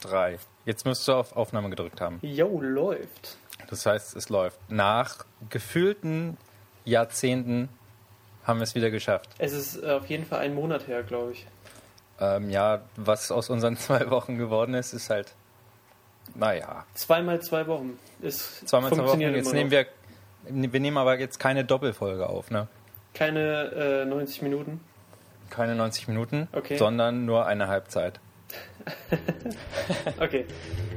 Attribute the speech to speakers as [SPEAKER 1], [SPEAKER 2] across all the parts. [SPEAKER 1] drei. Jetzt müsst du auf Aufnahme gedrückt haben.
[SPEAKER 2] Yo, läuft.
[SPEAKER 1] Das heißt, es läuft. Nach gefühlten Jahrzehnten haben wir es wieder geschafft.
[SPEAKER 2] Es ist äh, auf jeden Fall ein Monat her, glaube ich.
[SPEAKER 1] Ähm, ja, was aus unseren zwei Wochen geworden ist, ist halt. Naja.
[SPEAKER 2] Zweimal zwei Wochen. Ist
[SPEAKER 1] Zweimal zwei Wochen.
[SPEAKER 2] funktioniert
[SPEAKER 1] Jetzt
[SPEAKER 2] immer
[SPEAKER 1] nehmen
[SPEAKER 2] noch.
[SPEAKER 1] wir. Wir nehmen aber jetzt keine Doppelfolge auf, ne?
[SPEAKER 2] Keine äh, 90 Minuten.
[SPEAKER 1] Keine 90 Minuten,
[SPEAKER 2] Okay.
[SPEAKER 1] sondern nur eine Halbzeit.
[SPEAKER 2] Okay.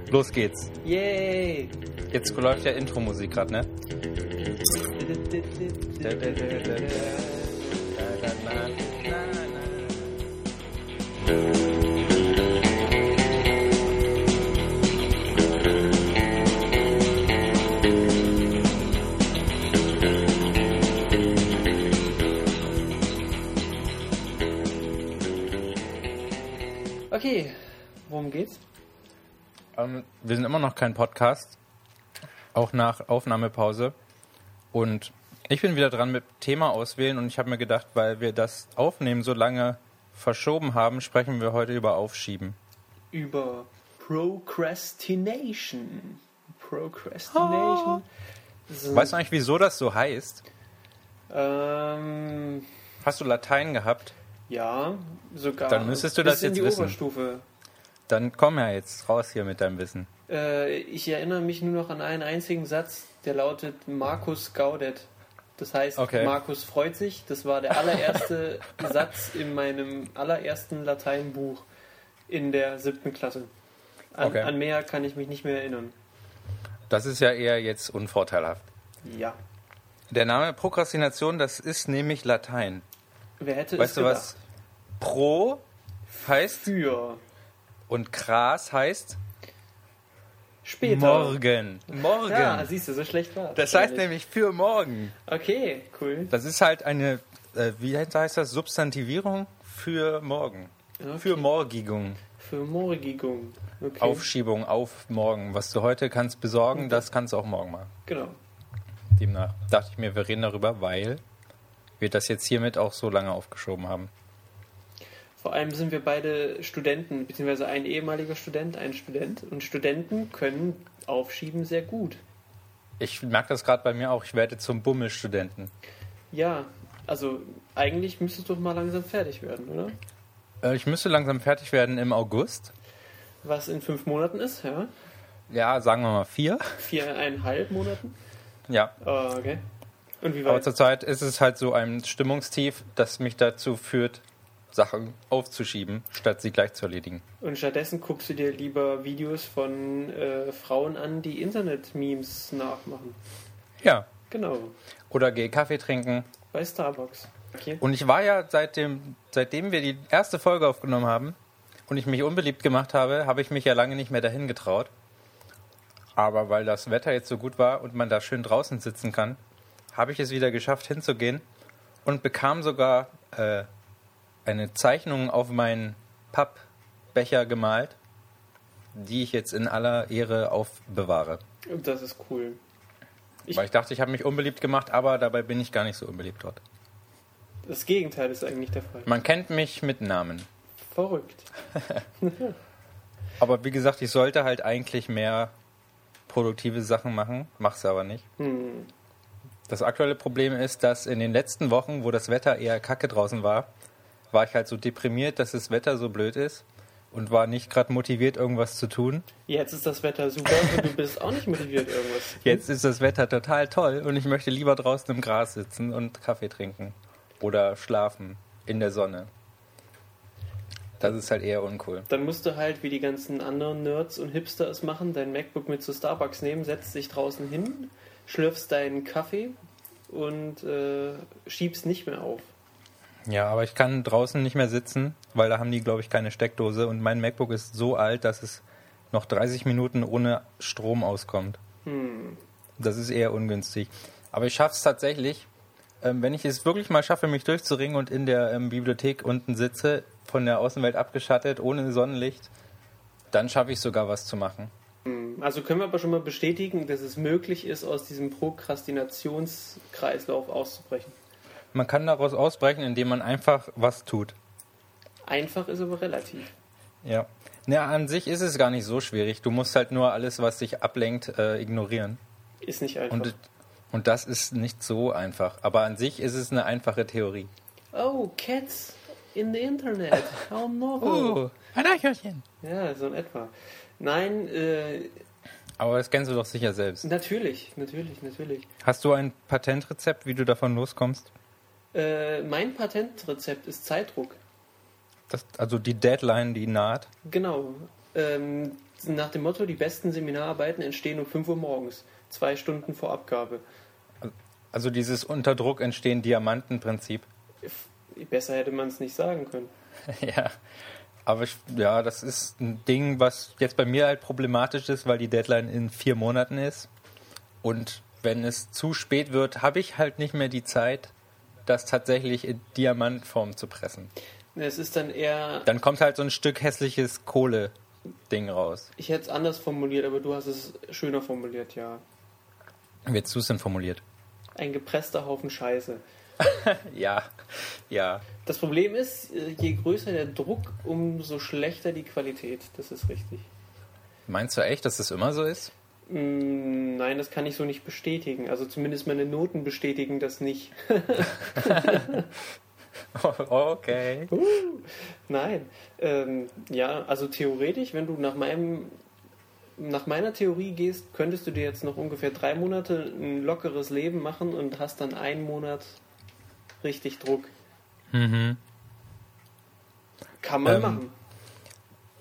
[SPEAKER 1] Los geht's.
[SPEAKER 2] Yay!
[SPEAKER 1] Jetzt läuft ja Intro-Musik gerade, ne?
[SPEAKER 2] Okay, worum geht's?
[SPEAKER 1] Ähm, wir sind immer noch kein Podcast, auch nach Aufnahmepause. Und ich bin wieder dran mit Thema auswählen und ich habe mir gedacht, weil wir das Aufnehmen so lange verschoben haben, sprechen wir heute über Aufschieben.
[SPEAKER 2] Über Procrastination. Procrastination. Das ist ein-
[SPEAKER 1] Weißt du eigentlich, wieso das so heißt?
[SPEAKER 2] Ähm,
[SPEAKER 1] Hast du Latein gehabt?
[SPEAKER 2] ja, sogar.
[SPEAKER 1] Dann müsstest du
[SPEAKER 2] bis
[SPEAKER 1] das
[SPEAKER 2] in
[SPEAKER 1] jetzt
[SPEAKER 2] die
[SPEAKER 1] wissen.
[SPEAKER 2] Oberstufe.
[SPEAKER 1] Dann komm ja jetzt raus hier mit deinem Wissen.
[SPEAKER 2] Äh, ich erinnere mich nur noch an einen einzigen Satz, der lautet Markus Gaudet. Das heißt,
[SPEAKER 1] Okay.
[SPEAKER 2] Markus freut sich. Das war der allererste Satz in meinem allerersten Lateinbuch in der siebten Klasse. An,
[SPEAKER 1] Okay.
[SPEAKER 2] an mehr kann ich mich nicht mehr erinnern.
[SPEAKER 1] Das ist ja eher jetzt unvorteilhaft.
[SPEAKER 2] Ja.
[SPEAKER 1] Der Name Prokrastination, das ist nämlich Latein.
[SPEAKER 2] Wer hätte es
[SPEAKER 1] Weißt du
[SPEAKER 2] gedacht?
[SPEAKER 1] was? Pro heißt
[SPEAKER 2] Für
[SPEAKER 1] und Gras heißt
[SPEAKER 2] später.
[SPEAKER 1] morgen. Morgen.
[SPEAKER 2] Ja, siehst du, so schlecht war.
[SPEAKER 1] Das heißt nämlich für morgen.
[SPEAKER 2] Okay, cool.
[SPEAKER 1] Das ist halt eine, äh, wie heißt heißt das, Substantivierung für morgen.
[SPEAKER 2] Okay.
[SPEAKER 1] Für Morgigung.
[SPEAKER 2] Für Morgigung. Okay.
[SPEAKER 1] Aufschiebung auf morgen. Was du heute kannst besorgen, das kannst du auch morgen machen.
[SPEAKER 2] Genau.
[SPEAKER 1] Demnach dachte ich mir, wir reden darüber, weil wir das jetzt hiermit auch so lange aufgeschoben haben.
[SPEAKER 2] Vor allem sind wir beide Studenten, beziehungsweise ein ehemaliger Student, ein Student. Und Studenten können aufschieben sehr gut.
[SPEAKER 1] Ich merke das gerade bei mir auch. Ich werde zum Bummelstudenten.
[SPEAKER 2] Ja, also eigentlich müsstest du mal langsam fertig werden, oder?
[SPEAKER 1] Äh, Ich müsste langsam fertig werden im August.
[SPEAKER 2] Was in fünf Monaten ist, ja?
[SPEAKER 1] Ja, sagen wir mal vier.
[SPEAKER 2] Viereinhalb Monaten?
[SPEAKER 1] Ja,
[SPEAKER 2] Ah, okay. Und wie
[SPEAKER 1] Aber
[SPEAKER 2] weit?
[SPEAKER 1] zurzeit ist es halt so ein Stimmungstief, das mich dazu führt, Sachen aufzuschieben, statt sie gleich zu erledigen.
[SPEAKER 2] Und stattdessen guckst du dir lieber Videos von äh, Frauen an, die Internet-Memes nachmachen.
[SPEAKER 1] Ja.
[SPEAKER 2] Genau.
[SPEAKER 1] Oder gehe Kaffee trinken.
[SPEAKER 2] Bei Starbucks. Okay.
[SPEAKER 1] Und ich war ja seitdem, seitdem wir die erste Folge aufgenommen haben und ich mich unbeliebt gemacht habe, habe ich mich ja lange nicht mehr dahin getraut. Aber weil das Wetter jetzt so gut war und man da schön draußen sitzen kann, habe ich es wieder geschafft hinzugehen und bekam sogar äh, eine Zeichnung auf meinen Pappbecher gemalt, die ich jetzt in aller Ehre aufbewahre.
[SPEAKER 2] Und das ist cool. Ich-
[SPEAKER 1] weil ich dachte, ich habe mich unbeliebt gemacht, aber dabei bin ich gar nicht so unbeliebt dort.
[SPEAKER 2] Das Gegenteil ist eigentlich der Fall.
[SPEAKER 1] Man kennt mich mit Namen.
[SPEAKER 2] Verrückt.
[SPEAKER 1] Aber wie gesagt, ich sollte halt eigentlich mehr produktive Sachen machen, mach's aber nicht.
[SPEAKER 2] Hm.
[SPEAKER 1] Das aktuelle Problem ist, dass in den letzten Wochen, wo das Wetter eher kacke draußen war, war ich halt so deprimiert, dass das Wetter so blöd ist und war nicht gerade motiviert, irgendwas zu tun.
[SPEAKER 2] Jetzt ist das Wetter super und du bist auch nicht motiviert irgendwas.
[SPEAKER 1] Jetzt ist das Wetter total toll und ich möchte lieber draußen im Gras sitzen und Kaffee trinken oder schlafen in der Sonne. Das ist halt eher uncool.
[SPEAKER 2] Dann musst du halt, wie die ganzen anderen Nerds und Hipster es machen, dein MacBook mit zu Starbucks nehmen, setzt dich draußen hin, schlürfst deinen Kaffee und äh, schiebst nicht mehr auf.
[SPEAKER 1] Ja, aber ich kann draußen nicht mehr sitzen, weil da haben die, glaube ich, keine Steckdose und mein MacBook ist so alt, dass es noch 30 Minuten ohne Strom auskommt. Das ist eher ungünstig. Aber ich schaff's tatsächlich, ähm, wenn ich es wirklich mal schaffe, mich durchzuringen und in der ähm, Bibliothek unten sitze, von der Außenwelt abgeschattet, ohne Sonnenlicht, dann schaffe ich sogar was zu machen.
[SPEAKER 2] Also können wir aber schon mal bestätigen, dass es möglich ist, aus diesem Prokrastinationskreislauf auszubrechen.
[SPEAKER 1] Man kann daraus ausbrechen, indem man einfach was tut.
[SPEAKER 2] Einfach ist aber relativ.
[SPEAKER 1] Ja. Na, an sich ist es gar nicht so schwierig. Du musst halt nur alles, was dich ablenkt, äh, ignorieren.
[SPEAKER 2] Ist nicht einfach.
[SPEAKER 1] Und, und das ist nicht so einfach. Aber an sich ist es eine einfache Theorie.
[SPEAKER 2] oh, Cats in the Internet. How novel.
[SPEAKER 1] Oh, Anarchörchen.
[SPEAKER 2] Ja, so in etwa. Nein, äh,
[SPEAKER 1] Aber das kennst du doch sicher selbst.
[SPEAKER 2] natürlich, natürlich, natürlich.
[SPEAKER 1] Hast du ein Patentrezept, wie du davon loskommst?
[SPEAKER 2] Äh, mein Patentrezept ist Zeitdruck.
[SPEAKER 1] Das, also die Deadline, die naht.
[SPEAKER 2] Genau. Ähm, nach dem Motto, die besten Seminararbeiten entstehen um 5 Uhr morgens, zwei Stunden vor Abgabe.
[SPEAKER 1] Also dieses unter Druck entstehen Diamantenprinzip.
[SPEAKER 2] Besser hätte man es nicht sagen können.
[SPEAKER 1] ja. Aber ich, ja, das ist ein Ding, was jetzt bei mir halt problematisch ist, weil die Deadline in vier Monaten ist. Und wenn es zu spät wird, habe ich halt nicht mehr die Zeit, das tatsächlich in Diamantform zu pressen.
[SPEAKER 2] Es ist dann eher,
[SPEAKER 1] Dann kommt halt so ein Stück hässliches Kohle-Ding raus.
[SPEAKER 2] ich hätte es anders formuliert, aber du hast es schöner formuliert, ja.
[SPEAKER 1] Wie hast du es denn formuliert?
[SPEAKER 2] Ein gepresster Haufen Scheiße.
[SPEAKER 1] Ja, ja.
[SPEAKER 2] Das Problem ist, äh, je größer der Druck, umso schlechter die Qualität. Das ist richtig.
[SPEAKER 1] Meinst du echt, dass das immer so ist?
[SPEAKER 2] Mm, Nein, das kann ich so nicht bestätigen. Also zumindest meine Noten bestätigen das nicht.
[SPEAKER 1] okay.
[SPEAKER 2] Nein. Ähm, ja, also theoretisch, wenn du nach meinem nach meiner Theorie gehst, könntest du dir jetzt noch ungefähr drei Monate ein lockeres Leben machen und hast dann einen Monat richtig Druck.
[SPEAKER 1] Mhm.
[SPEAKER 2] Kann man
[SPEAKER 1] Ähm,
[SPEAKER 2] machen.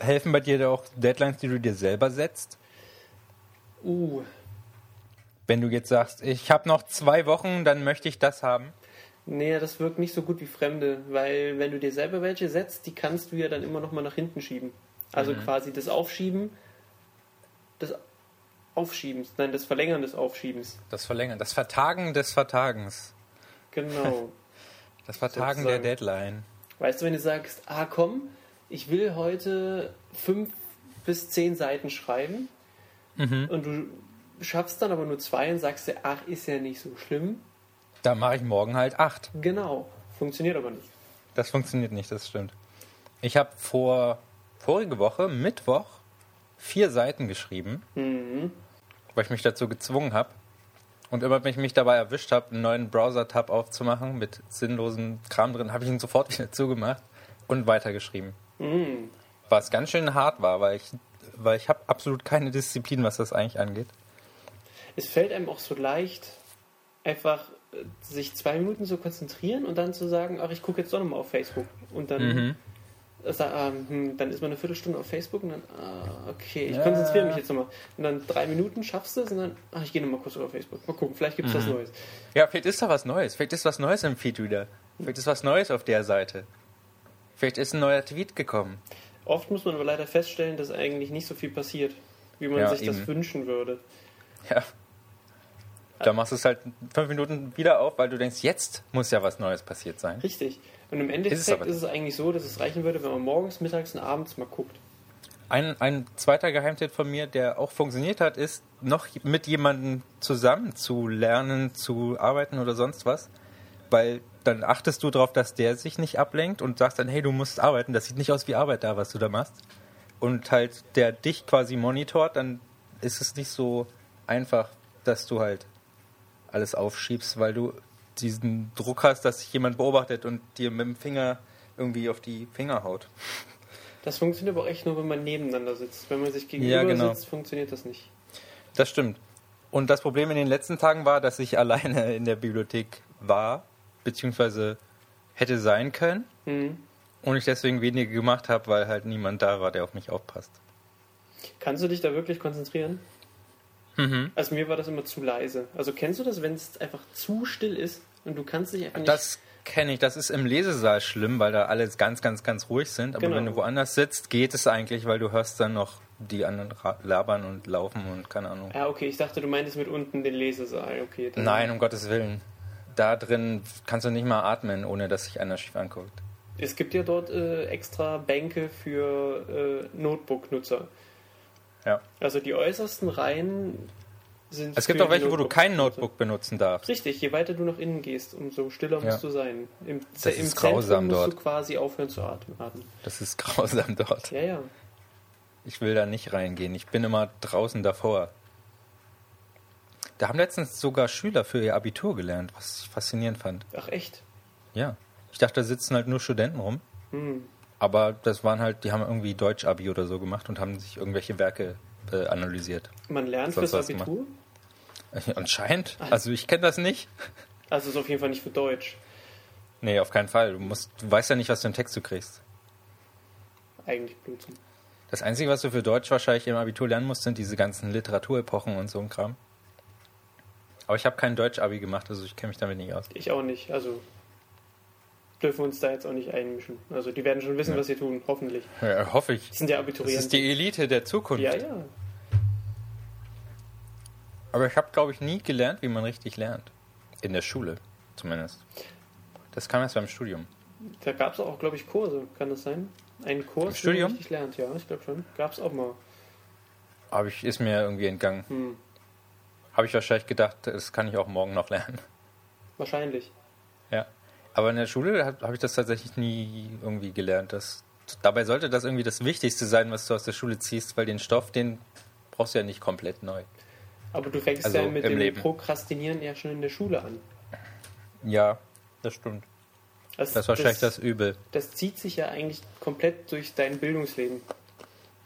[SPEAKER 1] Helfen bei dir da auch Deadlines, die du dir selber setzt?
[SPEAKER 2] Uh,
[SPEAKER 1] Wenn du jetzt sagst, ich habe noch zwei Wochen, dann möchte ich das haben.
[SPEAKER 2] nee, das wirkt nicht so gut wie Fremde, weil wenn du dir selber welche setzt, die kannst du ja dann immer noch mal nach hinten schieben. Also quasi das Aufschieben des Aufschiebens, nein, das Verlängern des Aufschiebens.
[SPEAKER 1] Das Verlängern, das Vertagen des Vertagens.
[SPEAKER 2] Genau.
[SPEAKER 1] Das Vertagen
[SPEAKER 2] Sozusagen.
[SPEAKER 1] der Deadline.
[SPEAKER 2] Weißt du, wenn du sagst, ah komm, ich will heute fünf bis zehn Seiten schreiben und du schaffst dann aber nur zwei und sagst dir, ach, ist ja nicht so schlimm.
[SPEAKER 1] Da mache ich morgen halt acht.
[SPEAKER 2] Genau, funktioniert aber nicht.
[SPEAKER 1] Das funktioniert nicht, das stimmt. Ich habe vor vorige Woche, Mittwoch, vier Seiten geschrieben, weil ich mich dazu gezwungen habe. Und immer wenn ich mich dabei erwischt habe, einen neuen Browser-Tab aufzumachen mit sinnlosem Kram drin, habe ich ihn sofort wieder zugemacht und weitergeschrieben. Was ganz schön hart war, weil ich, weil ich habe absolut keine Disziplin, was das eigentlich angeht.
[SPEAKER 2] Es fällt einem auch so leicht, einfach äh, sich zwei Minuten zu konzentrieren und dann zu sagen, ach, ich gucke jetzt doch nochmal auf Facebook. Und dann,
[SPEAKER 1] Mhm.
[SPEAKER 2] das, ah, hm, dann ist man eine Viertelstunde auf Facebook und dann, ah, okay, ich
[SPEAKER 1] Ja.
[SPEAKER 2] konzentriere mich jetzt nochmal. Und dann drei Minuten schaffst du es und dann, ach, ich gehe nochmal kurz auf Facebook. Mal gucken, vielleicht gibt es
[SPEAKER 1] Mhm.
[SPEAKER 2] was Neues.
[SPEAKER 1] Ja, vielleicht ist da was Neues. Vielleicht ist was Neues im Feed wieder. Vielleicht ist was Neues auf der Seite. Vielleicht ist ein neuer Tweet gekommen.
[SPEAKER 2] Oft muss man aber leider feststellen, dass eigentlich nicht so viel passiert, wie man
[SPEAKER 1] Ja,
[SPEAKER 2] sich das
[SPEAKER 1] eben.
[SPEAKER 2] wünschen würde.
[SPEAKER 1] Ja. Da machst du es halt fünf Minuten wieder auf, weil du denkst, jetzt muss ja was Neues passiert sein.
[SPEAKER 2] Richtig. Und im
[SPEAKER 1] Ist es
[SPEAKER 2] Endeffekt
[SPEAKER 1] aber
[SPEAKER 2] ist es eigentlich so, dass es reichen würde, wenn man morgens, mittags und abends mal guckt.
[SPEAKER 1] Ein, ein zweiter Geheimtipp von mir, der auch funktioniert hat, ist, noch mit jemandem zusammen zu lernen, zu arbeiten oder sonst was. Weil dann achtest du darauf, dass der sich nicht ablenkt und sagst dann, hey, du musst arbeiten, das sieht nicht aus wie Arbeit da, was du da machst. Und halt der dich quasi monitort, dann ist es nicht so einfach, dass du halt alles aufschiebst, weil du diesen Druck hast, dass sich jemand beobachtet und dir mit dem Finger irgendwie auf die Finger haut.
[SPEAKER 2] Das funktioniert aber auch echt nur, wenn man nebeneinander sitzt. Wenn man sich gegenüber
[SPEAKER 1] Ja, genau.
[SPEAKER 2] sitzt, funktioniert das nicht.
[SPEAKER 1] Das stimmt. Und das Problem in den letzten Tagen war, dass ich alleine in der Bibliothek war, beziehungsweise hätte sein können.
[SPEAKER 2] Hm.
[SPEAKER 1] Und ich deswegen wenige gemacht habe, weil halt niemand da war, der auf mich aufpasst.
[SPEAKER 2] Kannst du dich da wirklich konzentrieren?
[SPEAKER 1] Mhm.
[SPEAKER 2] Also mir war das immer zu leise. Also kennst du das, wenn es einfach zu still ist und du kannst dich einfach nicht...
[SPEAKER 1] Das kenne ich. Das ist im Lesesaal schlimm, weil da alle ganz, ganz, ganz ruhig sind. Aber
[SPEAKER 2] Genau.
[SPEAKER 1] wenn du woanders sitzt, geht es eigentlich, weil du hörst dann noch die anderen ra- labern und laufen und keine Ahnung.
[SPEAKER 2] ja, Ah, okay, ich dachte, du meintest mit unten den Lesesaal. Okay, dann-
[SPEAKER 1] Nein, um Gottes Willen. Da drin kannst du nicht mal atmen, ohne dass sich einer schief anguckt.
[SPEAKER 2] Es gibt ja dort äh, extra Bänke für äh, Notebook-Nutzer.
[SPEAKER 1] Ja.
[SPEAKER 2] Also die äußersten Reihen sind
[SPEAKER 1] Es gibt
[SPEAKER 2] für
[SPEAKER 1] auch
[SPEAKER 2] die
[SPEAKER 1] welche, wo du
[SPEAKER 2] Notebooks
[SPEAKER 1] kein
[SPEAKER 2] benutzt.
[SPEAKER 1] Notebook benutzen darfst.
[SPEAKER 2] Richtig, je weiter du nach innen gehst, umso stiller
[SPEAKER 1] Ja.
[SPEAKER 2] musst du sein. Im,
[SPEAKER 1] Das
[SPEAKER 2] Ze-
[SPEAKER 1] ist
[SPEAKER 2] im
[SPEAKER 1] grausam
[SPEAKER 2] Zentrum musst
[SPEAKER 1] dort.
[SPEAKER 2] du quasi aufhören zu atmen. atmen.
[SPEAKER 1] Das ist grausam dort.
[SPEAKER 2] Ja, ja.
[SPEAKER 1] Ich will da nicht reingehen. Ich bin immer draußen davor. Da haben letztens sogar Schüler für ihr Abitur gelernt, was ich faszinierend fand.
[SPEAKER 2] Ach echt?
[SPEAKER 1] Ja. Ich dachte, da sitzen halt nur Studenten rum.
[SPEAKER 2] Hm.
[SPEAKER 1] Aber das waren halt, die haben irgendwie Deutsch-Abi oder so gemacht und haben sich irgendwelche Werke äh, analysiert.
[SPEAKER 2] Man lernt
[SPEAKER 1] Sonst
[SPEAKER 2] fürs
[SPEAKER 1] was gemacht.
[SPEAKER 2] Abitur?
[SPEAKER 1] Anscheinend. Also ich kenne das nicht.
[SPEAKER 2] Also ist auf jeden Fall nicht für Deutsch.
[SPEAKER 1] Nee, auf keinen Fall. Du, musst, du weißt ja nicht, was für einen Text du kriegst.
[SPEAKER 2] Eigentlich Blödsinn.
[SPEAKER 1] Das Einzige, was du für Deutsch wahrscheinlich im Abitur lernen musst, sind diese ganzen Literaturepochen und so ein Kram. Aber ich habe kein Deutsch-Abi gemacht, also ich kenne mich damit nicht aus.
[SPEAKER 2] Ich auch nicht. Also dürfen wir uns da jetzt auch nicht einmischen. Also die werden schon wissen, was sie tun, hoffentlich.
[SPEAKER 1] Ja, hoffe ich.
[SPEAKER 2] Das sind ja
[SPEAKER 1] Das ist
[SPEAKER 2] Abiturienten.
[SPEAKER 1] die Elite der Zukunft.
[SPEAKER 2] Ja, ja.
[SPEAKER 1] Aber ich habe, glaube ich, nie gelernt, wie man richtig lernt. In der Schule zumindest. Das kam erst beim Studium.
[SPEAKER 2] Da gab es auch, glaube ich, Kurse. Kann das sein? Einen Kurs,
[SPEAKER 1] Im Studium?
[SPEAKER 2] den man richtig lernt. Ja, ich glaube schon. Gab es auch mal.
[SPEAKER 1] Aber ich ist mir irgendwie entgangen.
[SPEAKER 2] Hm.
[SPEAKER 1] Habe ich wahrscheinlich gedacht, das kann ich auch morgen noch lernen.
[SPEAKER 2] Wahrscheinlich.
[SPEAKER 1] Ja. Aber in der Schule habe hab ich das tatsächlich nie irgendwie gelernt. Das, dabei sollte das irgendwie das Wichtigste sein, was du aus der Schule ziehst, weil den Stoff, den brauchst du ja nicht komplett neu.
[SPEAKER 2] Aber du fängst
[SPEAKER 1] Also
[SPEAKER 2] ja mit
[SPEAKER 1] im
[SPEAKER 2] dem
[SPEAKER 1] Leben.
[SPEAKER 2] Prokrastinieren ja schon in der Schule an.
[SPEAKER 1] Ja, das stimmt.
[SPEAKER 2] Also
[SPEAKER 1] Das war wahrscheinlich das Übel.
[SPEAKER 2] das zieht sich ja eigentlich komplett durch dein Bildungsleben,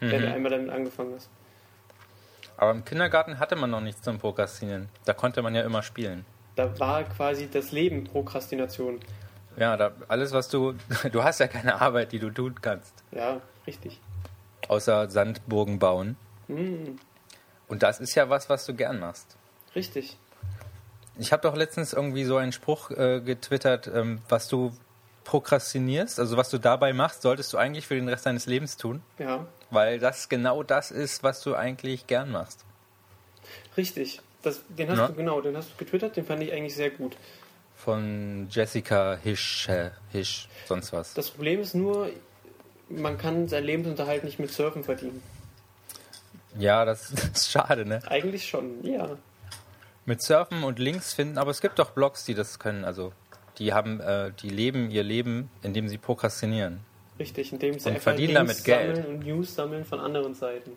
[SPEAKER 1] Mhm.
[SPEAKER 2] wenn du einmal damit angefangen hast.
[SPEAKER 1] Aber im Kindergarten hatte man noch nichts zum Prokrastinieren. Da konnte man ja immer spielen.
[SPEAKER 2] Da war quasi das Leben Prokrastination.
[SPEAKER 1] Ja, da, alles, was du. Du hast ja keine Arbeit, die du tun kannst.
[SPEAKER 2] Ja, richtig.
[SPEAKER 1] Außer Sandburgen bauen.
[SPEAKER 2] Hm,
[SPEAKER 1] Und das ist ja was, was du gern machst.
[SPEAKER 2] richtig.
[SPEAKER 1] Ich habe doch letztens irgendwie so einen Spruch äh, getwittert, ähm, was du prokrastinierst, also was du dabei machst, solltest du eigentlich für den Rest deines Lebens tun,
[SPEAKER 2] Ja,
[SPEAKER 1] weil das genau das ist, was du eigentlich gern machst.
[SPEAKER 2] richtig. Das, den hast
[SPEAKER 1] Ja.
[SPEAKER 2] du genau, den hast du getwittert, den fand ich eigentlich sehr gut.
[SPEAKER 1] Von Jessica Hisch, äh, Hisch, sonst was.
[SPEAKER 2] Das Problem ist nur, man kann seinen Lebensunterhalt nicht mit Surfen verdienen.
[SPEAKER 1] Ja, das ist schade, ne?
[SPEAKER 2] Eigentlich schon, ja.
[SPEAKER 1] Mit Surfen und Links finden, aber es gibt doch Blogs, die das können, also die haben, äh, die leben ihr Leben, indem sie prokrastinieren.
[SPEAKER 2] Richtig, indem sie
[SPEAKER 1] Und
[SPEAKER 2] einfach
[SPEAKER 1] verdienen damit Geld.
[SPEAKER 2] sammeln und News sammeln von anderen Seiten.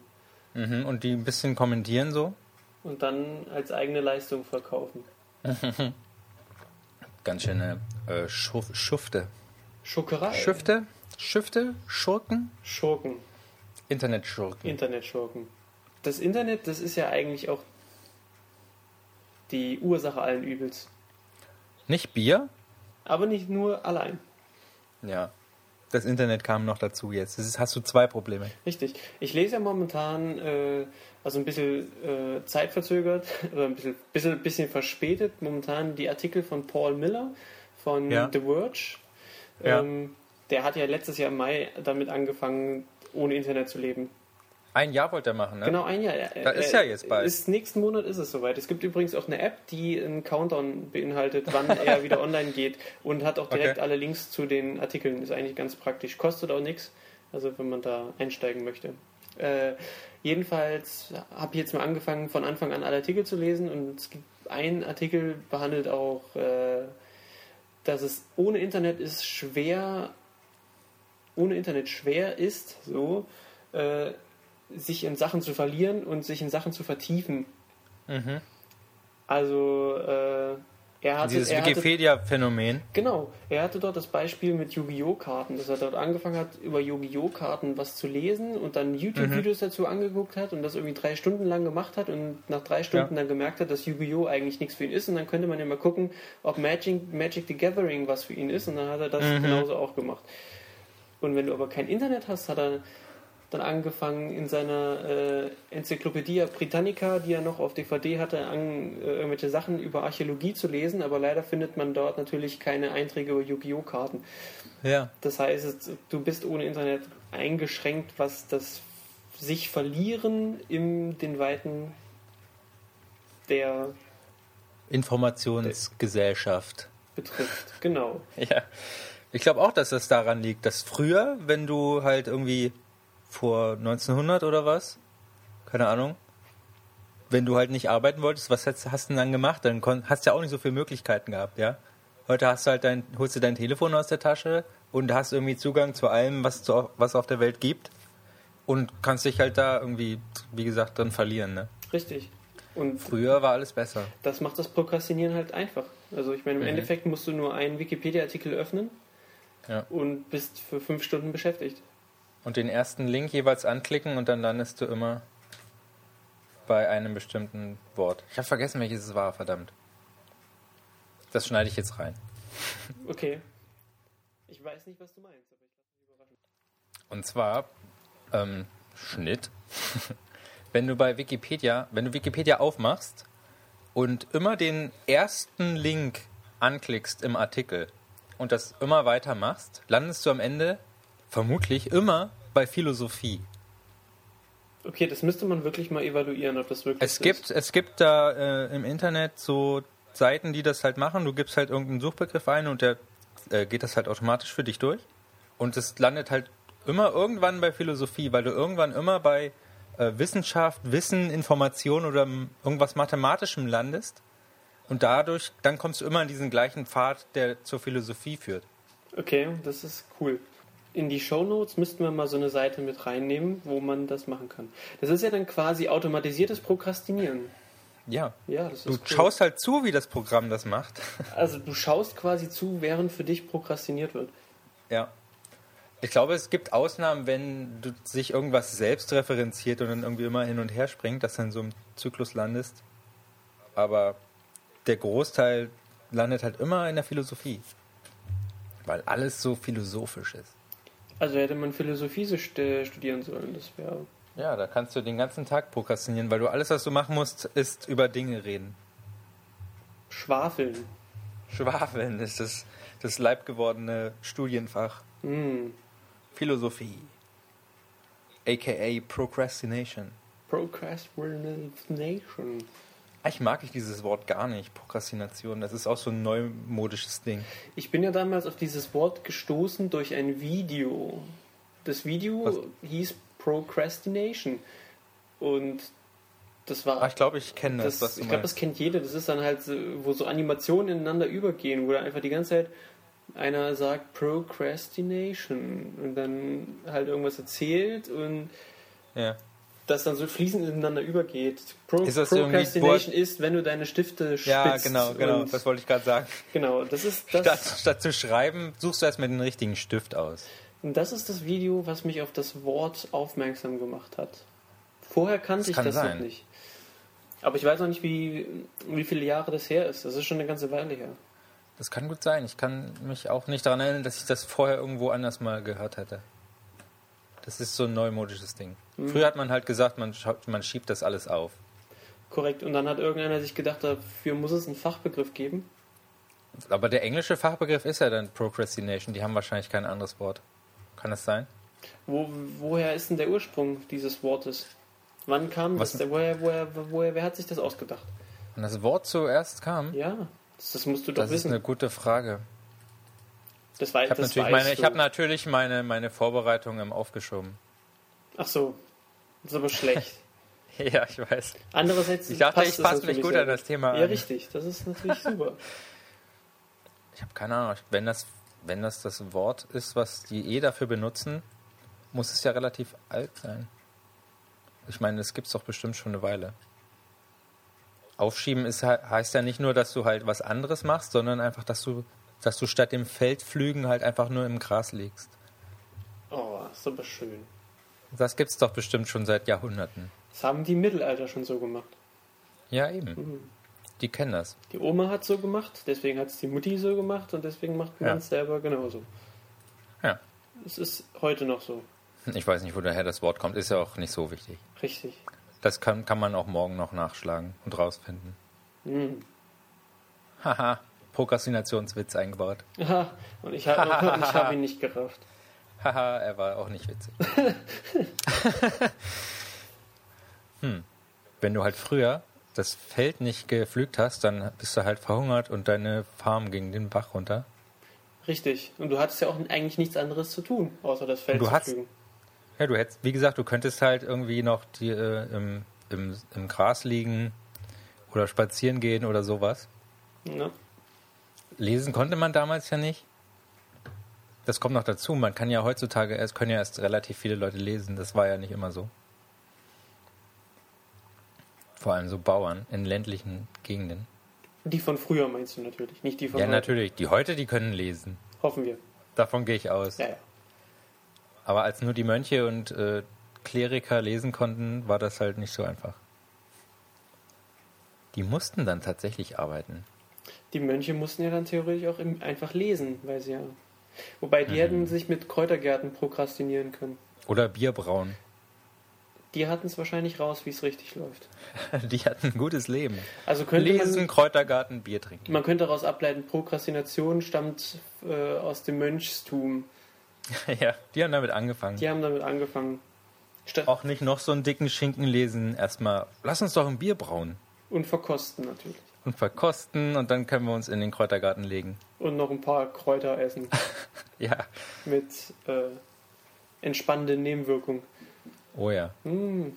[SPEAKER 1] Mhm, und die ein bisschen kommentieren so.
[SPEAKER 2] Und dann als eigene Leistung verkaufen.
[SPEAKER 1] Ganz schöne äh, Schuf Schufte.
[SPEAKER 2] Schuckerei.
[SPEAKER 1] Schifte, Schifte, Schurken,
[SPEAKER 2] Schurken.
[SPEAKER 1] Internetschurken.
[SPEAKER 2] Internetschurken. Das Internet, das ist ja eigentlich auch die Ursache allen Übels.
[SPEAKER 1] Nicht Bier?
[SPEAKER 2] Aber nicht nur allein.
[SPEAKER 1] Ja. Das Internet kam noch dazu jetzt. Das ist, hast du zwei Probleme.
[SPEAKER 2] Richtig. Ich lese ja momentan, äh, also ein bisschen äh, zeitverzögert, oder ein bisschen, bisschen, bisschen verspätet, momentan die Artikel von Paul Miller von
[SPEAKER 1] Ja.
[SPEAKER 2] The Verge.
[SPEAKER 1] Ja.
[SPEAKER 2] Ähm, der hat ja letztes Jahr im Mai damit angefangen, ohne Internet zu leben.
[SPEAKER 1] Ein Jahr wollte er machen, ne?
[SPEAKER 2] Genau, ein Jahr. Äh,
[SPEAKER 1] Das ist ja jetzt bald.
[SPEAKER 2] Ist, nächsten Monat ist es soweit. Es gibt übrigens auch eine App, die einen Countdown beinhaltet, wann er wieder online geht und hat auch direkt
[SPEAKER 1] Okay.
[SPEAKER 2] alle Links zu den Artikeln. Ist eigentlich ganz praktisch. Kostet auch nichts, also wenn man da einsteigen möchte. Äh, jedenfalls habe ich jetzt mal angefangen, von Anfang an alle Artikel zu lesen und es gibt einen Artikel, behandelt auch, äh, dass es ohne Internet ist schwer, ohne Internet schwer ist, so, äh, sich in Sachen zu verlieren und sich in Sachen zu vertiefen.
[SPEAKER 1] Mhm.
[SPEAKER 2] Also äh, er hatte,
[SPEAKER 1] Dieses
[SPEAKER 2] er hatte
[SPEAKER 1] Wikipedia-Phänomen.
[SPEAKER 2] genau, er hatte dort das Beispiel mit Yu-Gi-Oh Karten, dass er dort angefangen hat über Yu-Gi-Oh Karten was zu lesen und dann YouTube Videos
[SPEAKER 1] Mhm.
[SPEAKER 2] dazu angeguckt hat und das irgendwie drei Stunden lang gemacht hat und nach drei Stunden dann gemerkt hat, dass Yu-Gi-Oh eigentlich nichts für ihn ist und dann könnte man ja mal gucken, ob Magic, Magic the Gathering was für ihn ist und dann hat er das
[SPEAKER 1] Mhm.
[SPEAKER 2] genauso auch gemacht. Und wenn du aber kein Internet hast, hat er dann angefangen in seiner äh, Enzyklopädie Britannica, die er noch auf DVD hatte, an, äh, irgendwelche Sachen über Archäologie zu lesen, aber leider findet man dort natürlich keine Einträge über Yu-Gi-Oh! Karten.
[SPEAKER 1] Ja.
[SPEAKER 2] Das heißt, es- du bist ohne Internet eingeschränkt, was das sich verlieren in den Weiten der
[SPEAKER 1] Informationsgesellschaft.
[SPEAKER 2] betrifft. Genau.
[SPEAKER 1] Ja. Ich glaube auch, dass das daran liegt, dass früher, wenn du halt irgendwie vor 1900 oder was, keine Ahnung, wenn du halt nicht arbeiten wolltest, was hast, hast du denn dann gemacht? Dann kon- hast du ja auch nicht so viele Möglichkeiten gehabt, ja? Heute hast du halt dein, holst du dein Telefon aus der Tasche und hast irgendwie Zugang zu allem, was, zu, was auf der Welt gibt und kannst dich halt da irgendwie, wie gesagt, drin verlieren, ne?
[SPEAKER 2] Richtig. Und
[SPEAKER 1] Früher war alles besser.
[SPEAKER 2] das macht das Prokrastinieren halt einfach. Also ich meine,
[SPEAKER 1] Mhm.
[SPEAKER 2] im Endeffekt musst du nur einen Wikipedia-Artikel öffnen
[SPEAKER 1] Ja.
[SPEAKER 2] und bist für fünf Stunden beschäftigt.
[SPEAKER 1] Und den ersten Link jeweils anklicken und dann landest du immer bei einem bestimmten Wort. Ich habe vergessen, welches es war, verdammt. Das schneide ich jetzt rein.
[SPEAKER 2] Okay. Ich weiß nicht, was du meinst. Aber ich lass mich überraschen.
[SPEAKER 1] Und zwar ähm, Schnitt. wenn du bei Wikipedia, wenn du Wikipedia aufmachst und immer den ersten Link anklickst im Artikel und das immer weitermachst, landest du am Ende vermutlich immer bei Philosophie.
[SPEAKER 2] Okay, das müsste man wirklich mal evaluieren, ob das wirklich
[SPEAKER 1] Es
[SPEAKER 2] so
[SPEAKER 1] gibt, es gibt da äh, im Internet so Seiten, die das halt machen. Du gibst halt irgendeinen Suchbegriff ein und der äh, geht das halt automatisch für dich durch. Und es landet halt immer irgendwann bei Philosophie, weil du irgendwann immer bei äh, Wissenschaft, Wissen, Information oder m- irgendwas Mathematischem landest. Und dadurch, dann kommst du immer in diesen gleichen Pfad, der zur Philosophie führt.
[SPEAKER 2] ist. Okay, das ist cool. In die Shownotes müssten wir mal so eine Seite mit reinnehmen, wo man das machen kann. Das ist ja dann quasi automatisiertes Prokrastinieren.
[SPEAKER 1] Ja.
[SPEAKER 2] Ja, das
[SPEAKER 1] Du
[SPEAKER 2] ist cool.
[SPEAKER 1] schaust halt zu, wie das Programm das macht.
[SPEAKER 2] Also du schaust quasi zu, während für dich prokrastiniert wird.
[SPEAKER 1] Ja. Ich glaube, es gibt Ausnahmen, wenn du sich irgendwas selbst referenziert und dann irgendwie immer hin und her springt, dass du in so einem Zyklus landest. Aber der Großteil landet halt immer in der Philosophie. Weil alles so philosophisch ist.
[SPEAKER 2] Also hätte man Philosophie so st- studieren sollen, das wäre.
[SPEAKER 1] Ja, da kannst du den ganzen Tag prokrastinieren, weil du alles, was du machen musst, ist über Dinge reden.
[SPEAKER 2] Schwafeln.
[SPEAKER 1] Schwafeln ist das, das leibgewordene Studienfach.
[SPEAKER 2] Hm.
[SPEAKER 1] Philosophie. AKA Procrastination.
[SPEAKER 2] Procrastination.
[SPEAKER 1] Eigentlich mag ich dieses Wort gar nicht, Prokrastination. Das ist auch so ein neumodisches Ding.
[SPEAKER 2] Ich bin ja damals auf dieses Wort gestoßen durch ein Video. Das Video
[SPEAKER 1] Was?
[SPEAKER 2] hieß Procrastination. Und das war.
[SPEAKER 1] Ah, ich glaube, ich kenne das.
[SPEAKER 2] das,
[SPEAKER 1] was du
[SPEAKER 2] ich glaube, das
[SPEAKER 1] meinst.
[SPEAKER 2] kennt jeder. Das ist dann halt, so, wo so Animationen ineinander übergehen, wo dann einfach die ganze Zeit einer sagt Procrastination und dann halt irgendwas erzählt und
[SPEAKER 1] ja.
[SPEAKER 2] das dann so fließend ineinander übergeht. Pro
[SPEAKER 1] Ist das
[SPEAKER 2] Procrastination ist, wenn du deine Stifte spitzt.
[SPEAKER 1] ja, genau, genau.
[SPEAKER 2] Und
[SPEAKER 1] Das wollte ich gerade sagen.
[SPEAKER 2] genau, das ist das.
[SPEAKER 1] Statt, statt zu schreiben, suchst du erstmal den richtigen Stift aus.
[SPEAKER 2] Und das ist das Video, was mich auf das Wort aufmerksam gemacht hat. Vorher kannte ich
[SPEAKER 1] kann
[SPEAKER 2] das
[SPEAKER 1] sein.
[SPEAKER 2] noch nicht. Aber ich weiß noch nicht, wie, wie viele Jahre das her ist. Das ist schon eine ganze Weile her.
[SPEAKER 1] Das kann gut sein. Ich kann mich auch nicht daran erinnern, dass ich das vorher irgendwo anders mal gehört hätte. Das ist so ein neumodisches Ding.
[SPEAKER 2] Hm.
[SPEAKER 1] Früher hat man halt gesagt, man, scha- man schiebt das alles auf.
[SPEAKER 2] Korrekt. Und dann hat irgendeiner sich gedacht, dafür muss es einen Fachbegriff geben.
[SPEAKER 1] Aber der englische Fachbegriff ist ja dann Procrastination. Die haben wahrscheinlich kein anderes Wort. Kann das sein?
[SPEAKER 2] Wo, woher ist denn der Ursprung dieses Wortes? Wann kam
[SPEAKER 1] Was-
[SPEAKER 2] das? Woher, woher, woher, wer hat sich das ausgedacht?
[SPEAKER 1] Und das Wort zuerst kam?
[SPEAKER 2] Ja, das, das musst du doch
[SPEAKER 1] das ist
[SPEAKER 2] wissen.
[SPEAKER 1] eine gute Frage.
[SPEAKER 2] das war,
[SPEAKER 1] Ich habe
[SPEAKER 2] das
[SPEAKER 1] natürlich,
[SPEAKER 2] weißt
[SPEAKER 1] meine, ich
[SPEAKER 2] du.
[SPEAKER 1] hab natürlich meine, meine Vorbereitung im Aufgeschoben.
[SPEAKER 2] Ach so, das ist aber schlecht.
[SPEAKER 1] Ja, ich weiß.
[SPEAKER 2] Andererseits
[SPEAKER 1] Ich dachte, ich
[SPEAKER 2] es
[SPEAKER 1] passe
[SPEAKER 2] natürlich
[SPEAKER 1] mich gut
[SPEAKER 2] sehr
[SPEAKER 1] an das Thema
[SPEAKER 2] Ja,
[SPEAKER 1] an.
[SPEAKER 2] richtig. Das ist natürlich super.
[SPEAKER 1] Ich habe keine Ahnung. Wenn das, wenn das das Wort ist, was die eh dafür benutzen, muss es ja relativ alt sein. Ich meine, das gibt's doch bestimmt schon eine Weile. Aufschieben ist, he- heißt ja nicht nur, dass du halt was anderes machst, sondern einfach, dass du, dass du statt dem Feldflügen halt einfach nur im Gras liegst.
[SPEAKER 2] Oh, ist aber schön.
[SPEAKER 1] Das gibt's doch bestimmt schon seit Jahrhunderten.
[SPEAKER 2] Das haben die im Mittelalter schon so gemacht.
[SPEAKER 1] Ja, eben. Die kennen das.
[SPEAKER 2] Die Oma hat so gemacht, deswegen hat es die Mutti so gemacht und deswegen macht man
[SPEAKER 1] Ja.
[SPEAKER 2] es selber genauso.
[SPEAKER 1] Ja.
[SPEAKER 2] Es ist heute noch so.
[SPEAKER 1] Ich weiß nicht, woher das Wort kommt. Ist ja auch nicht so wichtig.
[SPEAKER 2] Richtig.
[SPEAKER 1] Das kann, kann man auch morgen noch nachschlagen und rausfinden.
[SPEAKER 2] Mhm.
[SPEAKER 1] Haha, Prokrastinationswitz eingebaut.
[SPEAKER 2] Aha, und ich habe hab ihn nicht gerafft.
[SPEAKER 1] Haha, er war auch nicht witzig. hm. Wenn du halt früher das Feld nicht gepflügt hast, dann bist du halt verhungert und deine Farm ging den Bach runter.
[SPEAKER 2] Richtig. Und du hattest ja auch eigentlich nichts anderes zu tun, außer das Feld
[SPEAKER 1] Du
[SPEAKER 2] zu
[SPEAKER 1] hast-
[SPEAKER 2] pflügen.
[SPEAKER 1] Ja, du hättest, wie gesagt, du könntest halt irgendwie noch die äh, im im, im Gras liegen oder spazieren gehen oder sowas.
[SPEAKER 2] Ja.
[SPEAKER 1] Lesen konnte man damals ja nicht. Das kommt noch dazu. Man kann ja heutzutage erst, können ja erst relativ viele Leute lesen. Das war ja nicht immer so. Vor allem so Bauern in ländlichen Gegenden.
[SPEAKER 2] Die von früher meinst du natürlich, nicht die von
[SPEAKER 1] Ja,
[SPEAKER 2] heute.
[SPEAKER 1] natürlich. Die heute, die können lesen.
[SPEAKER 2] Hoffen wir.
[SPEAKER 1] Davon gehe ich aus.
[SPEAKER 2] Ja, ja.
[SPEAKER 1] Aber als nur die Mönche und äh, Kleriker lesen konnten, war das halt nicht so einfach. Die mussten dann tatsächlich arbeiten.
[SPEAKER 2] Die Mönche mussten ja dann theoretisch auch im, einfach lesen, weil sie ja. Wobei
[SPEAKER 1] Mhm.
[SPEAKER 2] die hätten sich mit Kräutergärten prokrastinieren können.
[SPEAKER 1] Oder Bier brauen.
[SPEAKER 2] Die hatten es wahrscheinlich raus, wie es richtig läuft.
[SPEAKER 1] Die hatten ein gutes Leben.
[SPEAKER 2] Also könnte
[SPEAKER 1] Lesen,
[SPEAKER 2] man,
[SPEAKER 1] Kräutergarten, Bier trinken.
[SPEAKER 2] man könnte daraus ableiten, Prokrastination stammt äh, aus dem Mönchstum.
[SPEAKER 1] ja, die haben damit angefangen.
[SPEAKER 2] Die haben damit angefangen. Statt
[SPEAKER 1] Auch nicht noch so einen dicken Schinken lesen. Erstmal, lass uns doch ein Bier brauen
[SPEAKER 2] und verkosten natürlich.
[SPEAKER 1] und verkosten und dann können wir uns in den Kräutergarten legen.
[SPEAKER 2] Und noch ein paar Kräuter essen
[SPEAKER 1] Ja,
[SPEAKER 2] mit äh, entspannenden Nebenwirkungen.
[SPEAKER 1] oh ja.
[SPEAKER 2] Hm,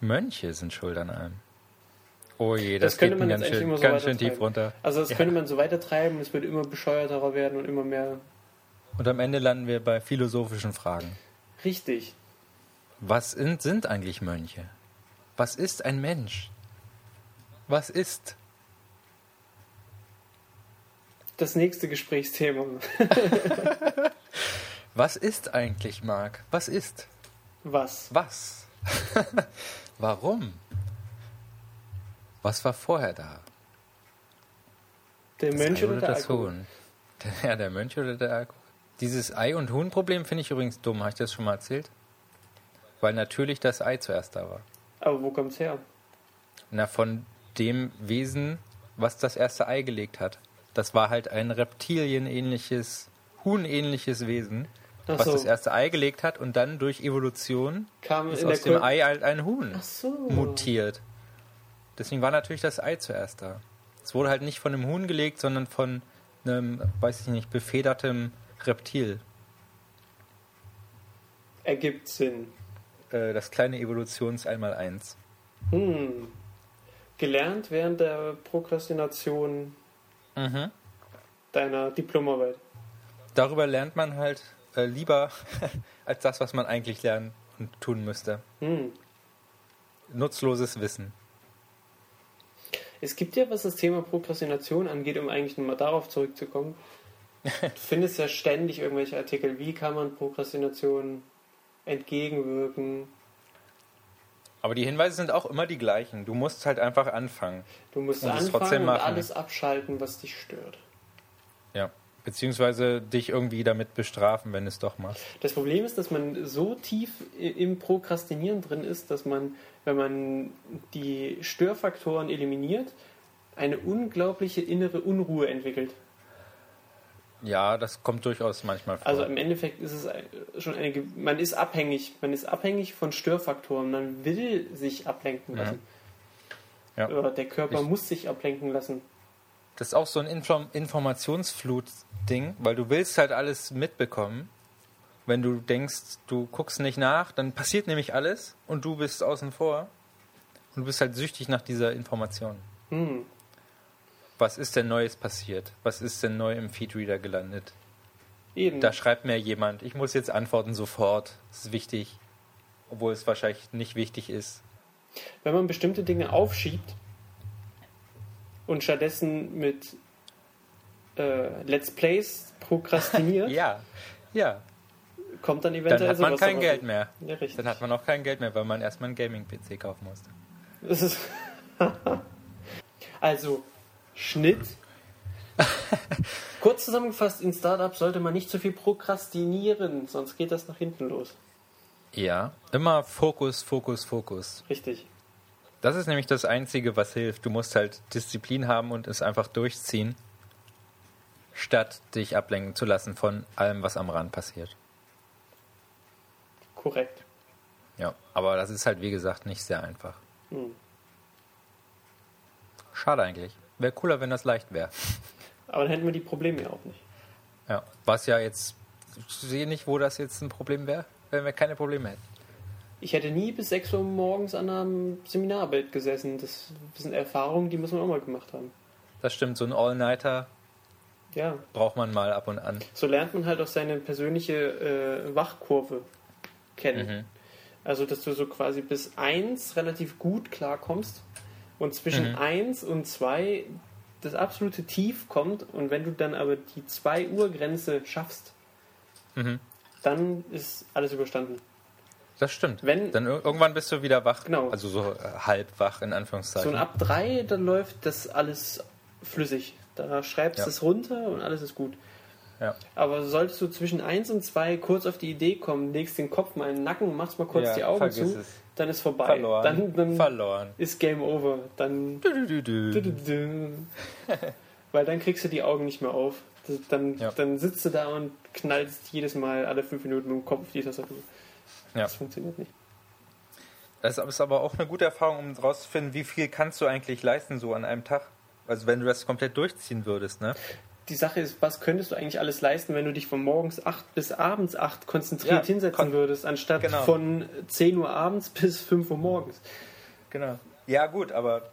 [SPEAKER 1] Mönche sind schuld an allem. Oh je,
[SPEAKER 2] Das
[SPEAKER 1] das,
[SPEAKER 2] könnte
[SPEAKER 1] geht
[SPEAKER 2] man
[SPEAKER 1] mir ganz
[SPEAKER 2] jetzt eigentlich
[SPEAKER 1] schön,
[SPEAKER 2] immer so
[SPEAKER 1] ganz schön tief
[SPEAKER 2] weitertreiben.
[SPEAKER 1] runter.
[SPEAKER 2] Also das
[SPEAKER 1] Ja.
[SPEAKER 2] könnte man so weitertreiben, es wird immer bescheuerter werden und immer mehr
[SPEAKER 1] Und am Ende landen wir bei philosophischen Fragen.
[SPEAKER 2] richtig.
[SPEAKER 1] Was sind, sind eigentlich Mönche? Was ist ein Mensch? Was ist?
[SPEAKER 2] Das nächste Gesprächsthema.
[SPEAKER 1] Was ist eigentlich, Marc? Was ist?
[SPEAKER 2] Was?
[SPEAKER 1] Was? Warum? Was war vorher da?
[SPEAKER 2] Der Mönch
[SPEAKER 1] Ei
[SPEAKER 2] oder der
[SPEAKER 1] das
[SPEAKER 2] Alkohol?
[SPEAKER 1] Huhn? Der- Ja, der Mönch oder der Alkohol? Dieses Ei- und Huhn-Problem finde ich übrigens dumm. Habe ich das schon mal erzählt? Weil natürlich das Ei zuerst da war.
[SPEAKER 2] Aber wo kommt's her?
[SPEAKER 1] Na, von dem Wesen, was das erste Ei gelegt hat. Das war halt ein reptilienähnliches, huhnähnliches Wesen,
[SPEAKER 2] Ach
[SPEAKER 1] was
[SPEAKER 2] so.
[SPEAKER 1] das erste Ei gelegt hat und dann durch Evolution
[SPEAKER 2] Kam
[SPEAKER 1] ist
[SPEAKER 2] in der
[SPEAKER 1] aus dem
[SPEAKER 2] Kul-
[SPEAKER 1] Ei halt ein Huhn
[SPEAKER 2] Ach so.
[SPEAKER 1] mutiert. Deswegen war natürlich das Ei zuerst da. Es wurde halt nicht von einem Huhn gelegt, sondern von einem, weiß ich nicht, befedertem Reptil.
[SPEAKER 2] Ergibt Sinn.
[SPEAKER 1] Äh, Das kleine Evolutions einmal eins.
[SPEAKER 2] Hm. Gelernt während der Prokrastination
[SPEAKER 1] Mhm.
[SPEAKER 2] deiner Diplomarbeit.
[SPEAKER 1] Darüber lernt man halt äh, lieber als das, was man eigentlich lernen und tun müsste.
[SPEAKER 2] Hm.
[SPEAKER 1] Nutzloses Wissen.
[SPEAKER 2] Es gibt ja, was das Thema Prokrastination angeht, um eigentlich nur mal darauf zurückzukommen. Du findest ja ständig irgendwelche Artikel. Wie kann man Prokrastination entgegenwirken?
[SPEAKER 1] Aber die Hinweise sind auch immer die gleichen. Du musst halt einfach anfangen.
[SPEAKER 2] Du musst
[SPEAKER 1] Und es
[SPEAKER 2] anfangen
[SPEAKER 1] trotzdem
[SPEAKER 2] und
[SPEAKER 1] machen. ne?
[SPEAKER 2] alles abschalten, was dich stört.
[SPEAKER 1] Ja. Beziehungsweise dich irgendwie damit bestrafen, wenn du es doch machst.
[SPEAKER 2] Das Problem ist, dass man so tief i- im Prokrastinieren drin ist, dass man, wenn man die Störfaktoren eliminiert, eine unglaubliche innere Unruhe entwickelt.
[SPEAKER 1] Ja, das kommt durchaus manchmal vor.
[SPEAKER 2] Also im Endeffekt ist es ein- schon eine, ge- man ist abhängig, man ist abhängig von Störfaktoren, man will sich ablenken lassen.
[SPEAKER 1] Mhm. Ja.
[SPEAKER 2] Oder der Körper
[SPEAKER 1] Ich-
[SPEAKER 2] muss sich ablenken lassen.
[SPEAKER 1] Das ist auch so ein Inform Informationsflut-Ding, weil du willst halt alles mitbekommen. Wenn du denkst, du guckst nicht nach, dann passiert nämlich alles und du bist außen vor und du bist halt süchtig nach dieser Information.
[SPEAKER 2] Hm.
[SPEAKER 1] Was ist denn Neues passiert? Was ist denn neu im Feedreader gelandet?
[SPEAKER 2] Eben.
[SPEAKER 1] Da schreibt mir jemand, ich muss jetzt antworten sofort. Das ist wichtig, obwohl es wahrscheinlich nicht wichtig ist.
[SPEAKER 2] Wenn man bestimmte Dinge aufschiebt und stattdessen mit äh, Let's Plays prokrastiniert,
[SPEAKER 1] Ja, ja.
[SPEAKER 2] kommt dann eventuell
[SPEAKER 1] Dann hat man
[SPEAKER 2] sowas
[SPEAKER 1] kein
[SPEAKER 2] dabei.
[SPEAKER 1] Geld mehr.
[SPEAKER 2] Ja, richtig.
[SPEAKER 1] Dann hat man auch kein Geld mehr, weil man erstmal einen Gaming-PC kaufen musste.
[SPEAKER 2] Das ist also, Schnitt. Kurz zusammengefasst, in Startups sollte man nicht zu viel prokrastinieren, sonst geht das nach hinten los.
[SPEAKER 1] Ja, immer Fokus, Fokus, Fokus.
[SPEAKER 2] Richtig.
[SPEAKER 1] Das ist nämlich das Einzige, was hilft. Du musst halt Disziplin haben und es einfach durchziehen, statt dich ablenken zu lassen von allem, was am Rand passiert.
[SPEAKER 2] Korrekt.
[SPEAKER 1] Ja, aber das ist halt, wie gesagt, nicht sehr einfach.
[SPEAKER 2] Hm.
[SPEAKER 1] Schade eigentlich. Wäre cooler, wenn das leicht wäre.
[SPEAKER 2] Aber dann hätten wir die Probleme ja auch nicht.
[SPEAKER 1] Ja, was ja jetzt, ich sehe nicht, wo das jetzt ein Problem wäre, wenn wir keine Probleme hätten.
[SPEAKER 2] ich hätte nie bis 6 Uhr morgens an einem Seminarbild gesessen. Das sind Erfahrungen, die muss man auch mal gemacht haben.
[SPEAKER 1] Das stimmt, so ein All-Nighter
[SPEAKER 2] Ja,
[SPEAKER 1] braucht man mal ab und an.
[SPEAKER 2] so lernt man halt auch seine persönliche äh, Wachkurve
[SPEAKER 1] Mhm.
[SPEAKER 2] kennen. Also, dass du so quasi bis 1 relativ gut klarkommst und zwischen
[SPEAKER 1] Mhm.
[SPEAKER 2] 1 und 2 das absolute Tief kommt und wenn du dann aber die 2 Uhr Grenze schaffst,
[SPEAKER 1] Mhm.
[SPEAKER 2] dann ist alles überstanden.
[SPEAKER 1] Das stimmt.
[SPEAKER 2] Wenn-
[SPEAKER 1] Dann ir irgendwann bist du wieder wach.
[SPEAKER 2] Genau.
[SPEAKER 1] Also so äh, halb wach in
[SPEAKER 2] So
[SPEAKER 1] Anführungszeichen.
[SPEAKER 2] und ab 3, dann läuft das alles flüssig. Da schreibst
[SPEAKER 1] Ja.
[SPEAKER 2] du es runter und alles ist gut.
[SPEAKER 1] ja.
[SPEAKER 2] Aber solltest du zwischen 1 und 2 kurz auf die Idee kommen, legst den Kopf mal in den Nacken, machst mal kurz
[SPEAKER 1] Ja,
[SPEAKER 2] die Augen
[SPEAKER 1] vergiss
[SPEAKER 2] zu,
[SPEAKER 1] es.
[SPEAKER 2] dann ist vorbei.
[SPEAKER 1] Verloren. Mhm.
[SPEAKER 2] Dann, dann
[SPEAKER 1] Verloren.
[SPEAKER 2] ist Game Over. Dann.
[SPEAKER 1] Du, du, du, du.
[SPEAKER 2] Weil dann kriegst du die Augen nicht mehr auf. Das- Dann,
[SPEAKER 1] Ja.
[SPEAKER 2] dann sitzt du da und knallst jedes Mal alle fünf Minuten mit dem Kopf auf die Tastatur.
[SPEAKER 1] Ja.
[SPEAKER 2] Das funktioniert nicht.
[SPEAKER 1] Das ist aber auch eine gute Erfahrung, um rauszufinden, wie viel kannst du eigentlich leisten so an einem Tag. Also wenn du das komplett durchziehen würdest, ne?
[SPEAKER 2] Die Sache ist, was könntest du eigentlich alles leisten, wenn du dich von morgens 8 bis abends 8 konzentriert
[SPEAKER 1] Ja,
[SPEAKER 2] hinsetzen
[SPEAKER 1] kon-
[SPEAKER 2] würdest, anstatt
[SPEAKER 1] genau.
[SPEAKER 2] von 10 Uhr abends bis 5 Uhr morgens?
[SPEAKER 1] Genau. Ja, gut, aber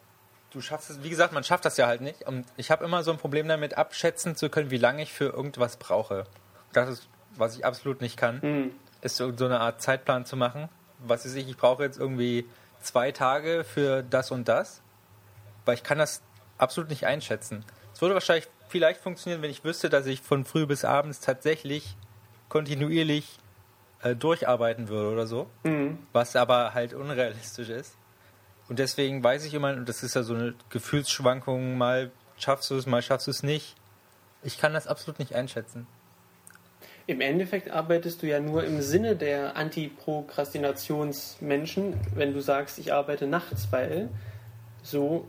[SPEAKER 1] du schaffst es, wie gesagt, man schafft das ja halt nicht. Und ich habe immer so ein Problem damit, abschätzen zu können, wie lange ich für irgendwas brauche. Das ist, was ich absolut nicht kann, ist so so eine Art Zeitplan zu machen. Was ist ich, ich brauche jetzt irgendwie zwei Tage für das und das, weil ich kann das absolut nicht einschätzen. Es würde wahrscheinlich vielleicht funktionieren, wenn ich wüsste, dass ich von früh bis abends tatsächlich kontinuierlich äh, durcharbeiten würde oder so, was aber halt unrealistisch ist. Und deswegen weiß ich immer, und das ist ja so eine Gefühlsschwankung, mal schaffst du es, mal schaffst du es nicht. Ich kann das absolut nicht einschätzen.
[SPEAKER 2] Im Endeffekt arbeitest du ja nur im Sinne der Antiprokrastinationsmenschen, wenn du sagst, ich arbeite nachts, weil so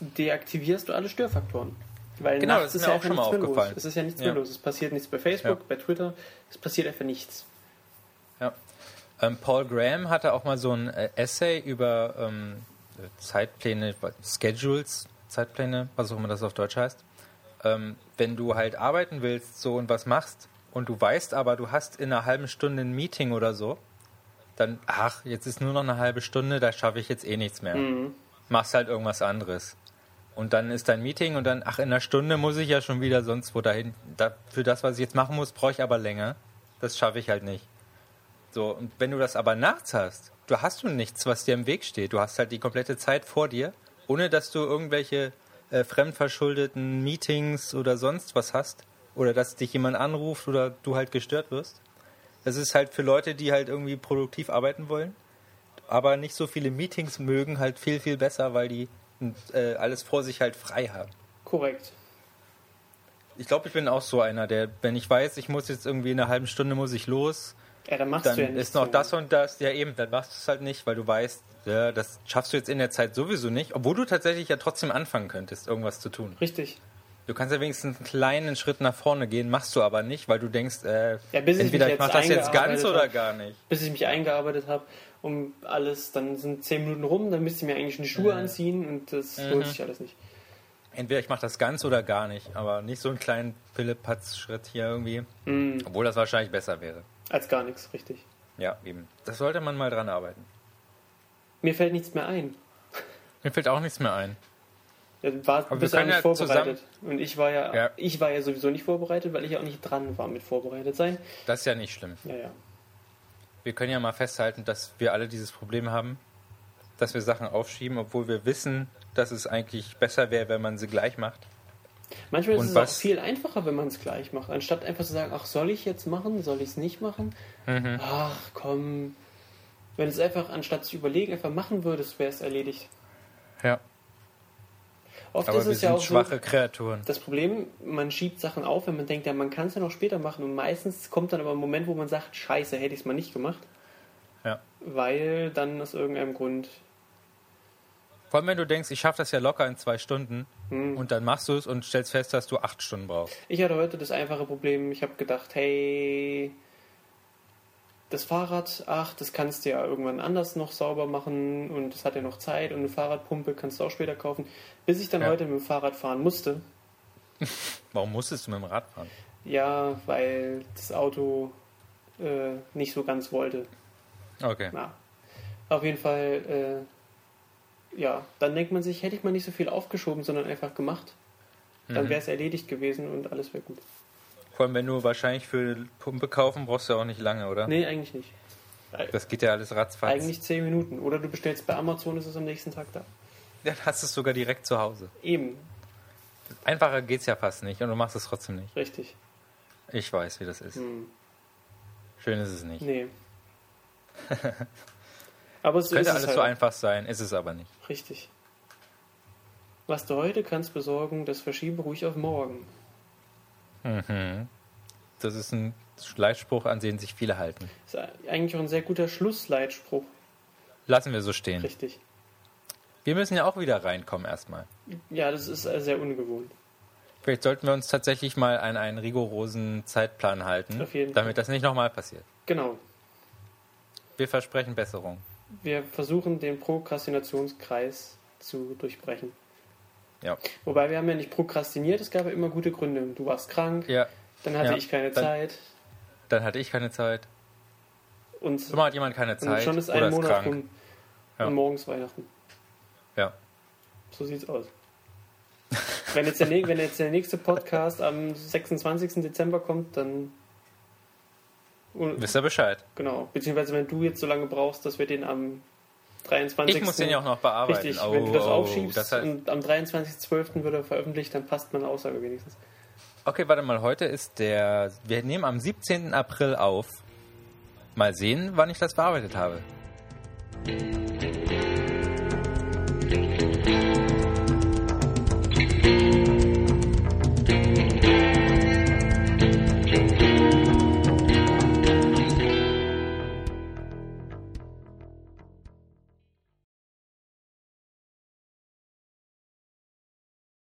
[SPEAKER 2] deaktivierst du alle Störfaktoren. Weil
[SPEAKER 1] Genau,
[SPEAKER 2] nachts
[SPEAKER 1] das ist mir auch
[SPEAKER 2] einfach
[SPEAKER 1] schon mal
[SPEAKER 2] nichts mehr
[SPEAKER 1] aufgefallen.
[SPEAKER 2] Los. Es ist ja nichts
[SPEAKER 1] Ja.
[SPEAKER 2] mehr los. Es passiert nichts bei Facebook,
[SPEAKER 1] Ja.
[SPEAKER 2] bei Twitter. Es passiert einfach nichts.
[SPEAKER 1] Ja. Ähm, Paul Graham hatte auch mal so ein äh, Essay über ähm, Zeitpläne, Schedules, Zeitpläne, was auch immer das auf Deutsch heißt. Ähm, wenn du halt arbeiten willst so und was machst und du weißt aber, du hast in einer halben Stunde ein Meeting oder so, dann, ach, jetzt ist nur noch eine halbe Stunde, da schaffe ich jetzt eh nichts mehr. Machst halt irgendwas anderes. Und dann ist dein Meeting und dann, ach, in einer Stunde muss ich ja schon wieder sonst wo dahin. Da, für das, was ich jetzt machen muss, brauche ich aber länger. Das schaffe ich halt nicht. So, und wenn du das aber nachts hast, du hast du nichts, was dir im Weg steht. Du hast halt die komplette Zeit vor dir, ohne dass du irgendwelche äh, fremdverschuldeten Meetings oder sonst was hast. Oder dass dich jemand anruft oder du halt gestört wirst. Das ist halt für Leute, die halt irgendwie produktiv arbeiten wollen, aber nicht so viele Meetings mögen, halt viel, viel besser, weil die äh, alles vor sich halt frei haben.
[SPEAKER 2] Korrekt.
[SPEAKER 1] Ich glaube, ich bin auch so einer, der, wenn ich weiß, ich muss jetzt irgendwie in einer halben Stunde muss ich los,
[SPEAKER 2] Ja, dann machst
[SPEAKER 1] dann
[SPEAKER 2] du ja nichts.
[SPEAKER 1] ist noch
[SPEAKER 2] so.
[SPEAKER 1] das und das, ja eben, dann machst du es halt nicht, weil du weißt, ja, das schaffst du jetzt in der Zeit sowieso nicht, obwohl du tatsächlich ja trotzdem anfangen könntest, irgendwas zu tun.
[SPEAKER 2] Richtig.
[SPEAKER 1] Du kannst ja wenigstens einen kleinen Schritt nach vorne gehen, machst du aber nicht, weil du denkst, äh,
[SPEAKER 2] Ja, bis ich
[SPEAKER 1] entweder
[SPEAKER 2] mich
[SPEAKER 1] ich mach
[SPEAKER 2] jetzt
[SPEAKER 1] das jetzt ganz
[SPEAKER 2] eingearbeitet
[SPEAKER 1] oder
[SPEAKER 2] hab.
[SPEAKER 1] gar nicht.
[SPEAKER 2] bis ich mich eingearbeitet habe um alles, dann sind zehn Minuten rum, dann müsste ich mir eigentlich eine
[SPEAKER 1] Mhm.
[SPEAKER 2] Schuhe anziehen und das lohnt sich alles nicht.
[SPEAKER 1] Entweder ich mach das ganz oder gar nicht, aber nicht so einen kleinen Pille-Patz-Schritt hier irgendwie,
[SPEAKER 2] Hm.
[SPEAKER 1] obwohl das wahrscheinlich besser wäre.
[SPEAKER 2] Als gar nichts, richtig.
[SPEAKER 1] Ja, eben. Das sollte man mal dran arbeiten.
[SPEAKER 2] Mir fällt nichts mehr ein.
[SPEAKER 1] Mir fällt auch nichts mehr ein.
[SPEAKER 2] Ja, Du war,
[SPEAKER 1] wir
[SPEAKER 2] bist ja
[SPEAKER 1] können
[SPEAKER 2] nicht
[SPEAKER 1] ja
[SPEAKER 2] vorbereitet. Und ich war ja,
[SPEAKER 1] Ja.
[SPEAKER 2] ich war ja sowieso nicht vorbereitet, weil ich ja auch nicht dran war mit vorbereitet sein.
[SPEAKER 1] Das ist ja nicht schlimm.
[SPEAKER 2] Ja, ja.
[SPEAKER 1] wir können ja mal festhalten, dass wir alle dieses Problem haben, dass wir Sachen aufschieben, obwohl wir wissen, dass es eigentlich besser wäre, wenn man sie gleich macht.
[SPEAKER 2] Manchmal ist
[SPEAKER 1] Und
[SPEAKER 2] es
[SPEAKER 1] was-
[SPEAKER 2] auch viel einfacher, wenn man es gleich macht, anstatt einfach zu sagen, ach, soll ich jetzt machen, soll ich es nicht machen?
[SPEAKER 1] Mhm.
[SPEAKER 2] Ach, komm. Wenn du es einfach, anstatt zu überlegen, einfach machen würdest, wäre es erledigt.
[SPEAKER 1] Ja.
[SPEAKER 2] Oft
[SPEAKER 1] Aber
[SPEAKER 2] ist
[SPEAKER 1] wir
[SPEAKER 2] es ja
[SPEAKER 1] sind
[SPEAKER 2] auch so,
[SPEAKER 1] schwache Kreaturen.
[SPEAKER 2] Das Problem, man schiebt Sachen auf, wenn man denkt, ja, man kann es ja noch später machen. Und meistens kommt dann aber ein Moment, wo man sagt, scheiße, hätte ich es mal nicht gemacht.
[SPEAKER 1] Ja.
[SPEAKER 2] Weil dann aus irgendeinem Grund.
[SPEAKER 1] Vor allem, wenn du denkst, ich schaffe das ja locker in zwei Stunden
[SPEAKER 2] Hm.
[SPEAKER 1] und dann machst du es und stellst fest, dass du acht Stunden brauchst.
[SPEAKER 2] Ich hatte heute das einfache Problem, ich habe gedacht, hey, das Fahrrad, ach, das kannst du ja irgendwann anders noch sauber machen und es hat ja noch Zeit und eine Fahrradpumpe kannst du auch später kaufen. Bis ich dann
[SPEAKER 1] Ja.
[SPEAKER 2] heute mit dem Fahrrad fahren musste.
[SPEAKER 1] Warum musstest du mit dem Rad fahren?
[SPEAKER 2] Ja, weil das Auto äh, nicht so ganz wollte.
[SPEAKER 1] Okay.
[SPEAKER 2] Na, Auf jeden Fall, äh, ja, dann denkt man sich, hätte ich mal nicht so viel aufgeschoben, sondern einfach gemacht.
[SPEAKER 1] Mhm.
[SPEAKER 2] Dann wäre es erledigt gewesen und alles wäre gut.
[SPEAKER 1] Vor allem, wenn du wahrscheinlich für Pumpe kaufen, brauchst du ja auch nicht lange, oder?
[SPEAKER 2] Nee, eigentlich nicht.
[SPEAKER 1] Das geht ja alles ratzfatz.
[SPEAKER 2] Eigentlich 10 Minuten. Oder du bestellst bei Amazon, ist es am nächsten Tag da.
[SPEAKER 1] Dann hast du es sogar direkt zu Hause.
[SPEAKER 2] Eben,
[SPEAKER 1] Einfacher geht's ja fast nicht und du machst es trotzdem nicht.
[SPEAKER 2] richtig.
[SPEAKER 1] Ich weiß, wie das ist.
[SPEAKER 2] Hm.
[SPEAKER 1] Schön ist es nicht.
[SPEAKER 2] Nee. Aber so
[SPEAKER 1] Könnte
[SPEAKER 2] ist
[SPEAKER 1] alles
[SPEAKER 2] es
[SPEAKER 1] so
[SPEAKER 2] halt.
[SPEAKER 1] einfach sein, ist es aber nicht.
[SPEAKER 2] Richtig. Was du heute kannst besorgen, das verschiebe ruhig auf morgen.
[SPEAKER 1] Mhm. Das ist ein Leitspruch, an den sich viele halten.
[SPEAKER 2] Ist eigentlich auch ein sehr guter Schlussleitspruch.
[SPEAKER 1] Lassen wir so stehen.
[SPEAKER 2] Richtig.
[SPEAKER 1] Wir müssen ja auch wieder reinkommen erstmal.
[SPEAKER 2] Ja, das ist äh, sehr ungewohnt.
[SPEAKER 1] Vielleicht sollten wir uns tatsächlich mal an einen rigorosen Zeitplan halten,
[SPEAKER 2] Auf jeden Fall.
[SPEAKER 1] damit das nicht nochmal passiert.
[SPEAKER 2] Genau.
[SPEAKER 1] Wir versprechen Besserung.
[SPEAKER 2] Wir versuchen, den Prokrastinationskreis zu durchbrechen.
[SPEAKER 1] Ja.
[SPEAKER 2] Wobei wir haben ja nicht prokrastiniert, es gab ja immer gute Gründe. Du warst krank,
[SPEAKER 1] Ja,
[SPEAKER 2] dann hatte
[SPEAKER 1] Ja,
[SPEAKER 2] ich keine
[SPEAKER 1] dann-
[SPEAKER 2] Zeit
[SPEAKER 1] dann hatte ich keine Zeit.
[SPEAKER 2] und,
[SPEAKER 1] Immer hat jemand keine
[SPEAKER 2] und
[SPEAKER 1] Zeit
[SPEAKER 2] schon ist
[SPEAKER 1] oder
[SPEAKER 2] ein
[SPEAKER 1] ist
[SPEAKER 2] Monat
[SPEAKER 1] krank.
[SPEAKER 2] rum
[SPEAKER 1] Ja.
[SPEAKER 2] und morgens Weihnachten.
[SPEAKER 1] Ja.
[SPEAKER 2] So sieht's aus. Wenn jetzt, der, nä- wenn jetzt der nächste Podcast am 26. Dezember kommt, dann. Und-
[SPEAKER 1] Wisst ihr Bescheid?
[SPEAKER 2] Genau. Beziehungsweise wenn du jetzt so lange brauchst, dass wir den am 23.
[SPEAKER 1] Ich muss den ja auch noch bearbeiten.
[SPEAKER 2] Richtig, wenn du das aufschiebst
[SPEAKER 1] Oh. das heißt,
[SPEAKER 2] und am 23.12. wird er veröffentlicht, dann passt meine Aussage wenigstens.
[SPEAKER 1] okay, warte mal, heute ist der. Wir nehmen am 17. April auf. Mal sehen, wann ich das bearbeitet habe.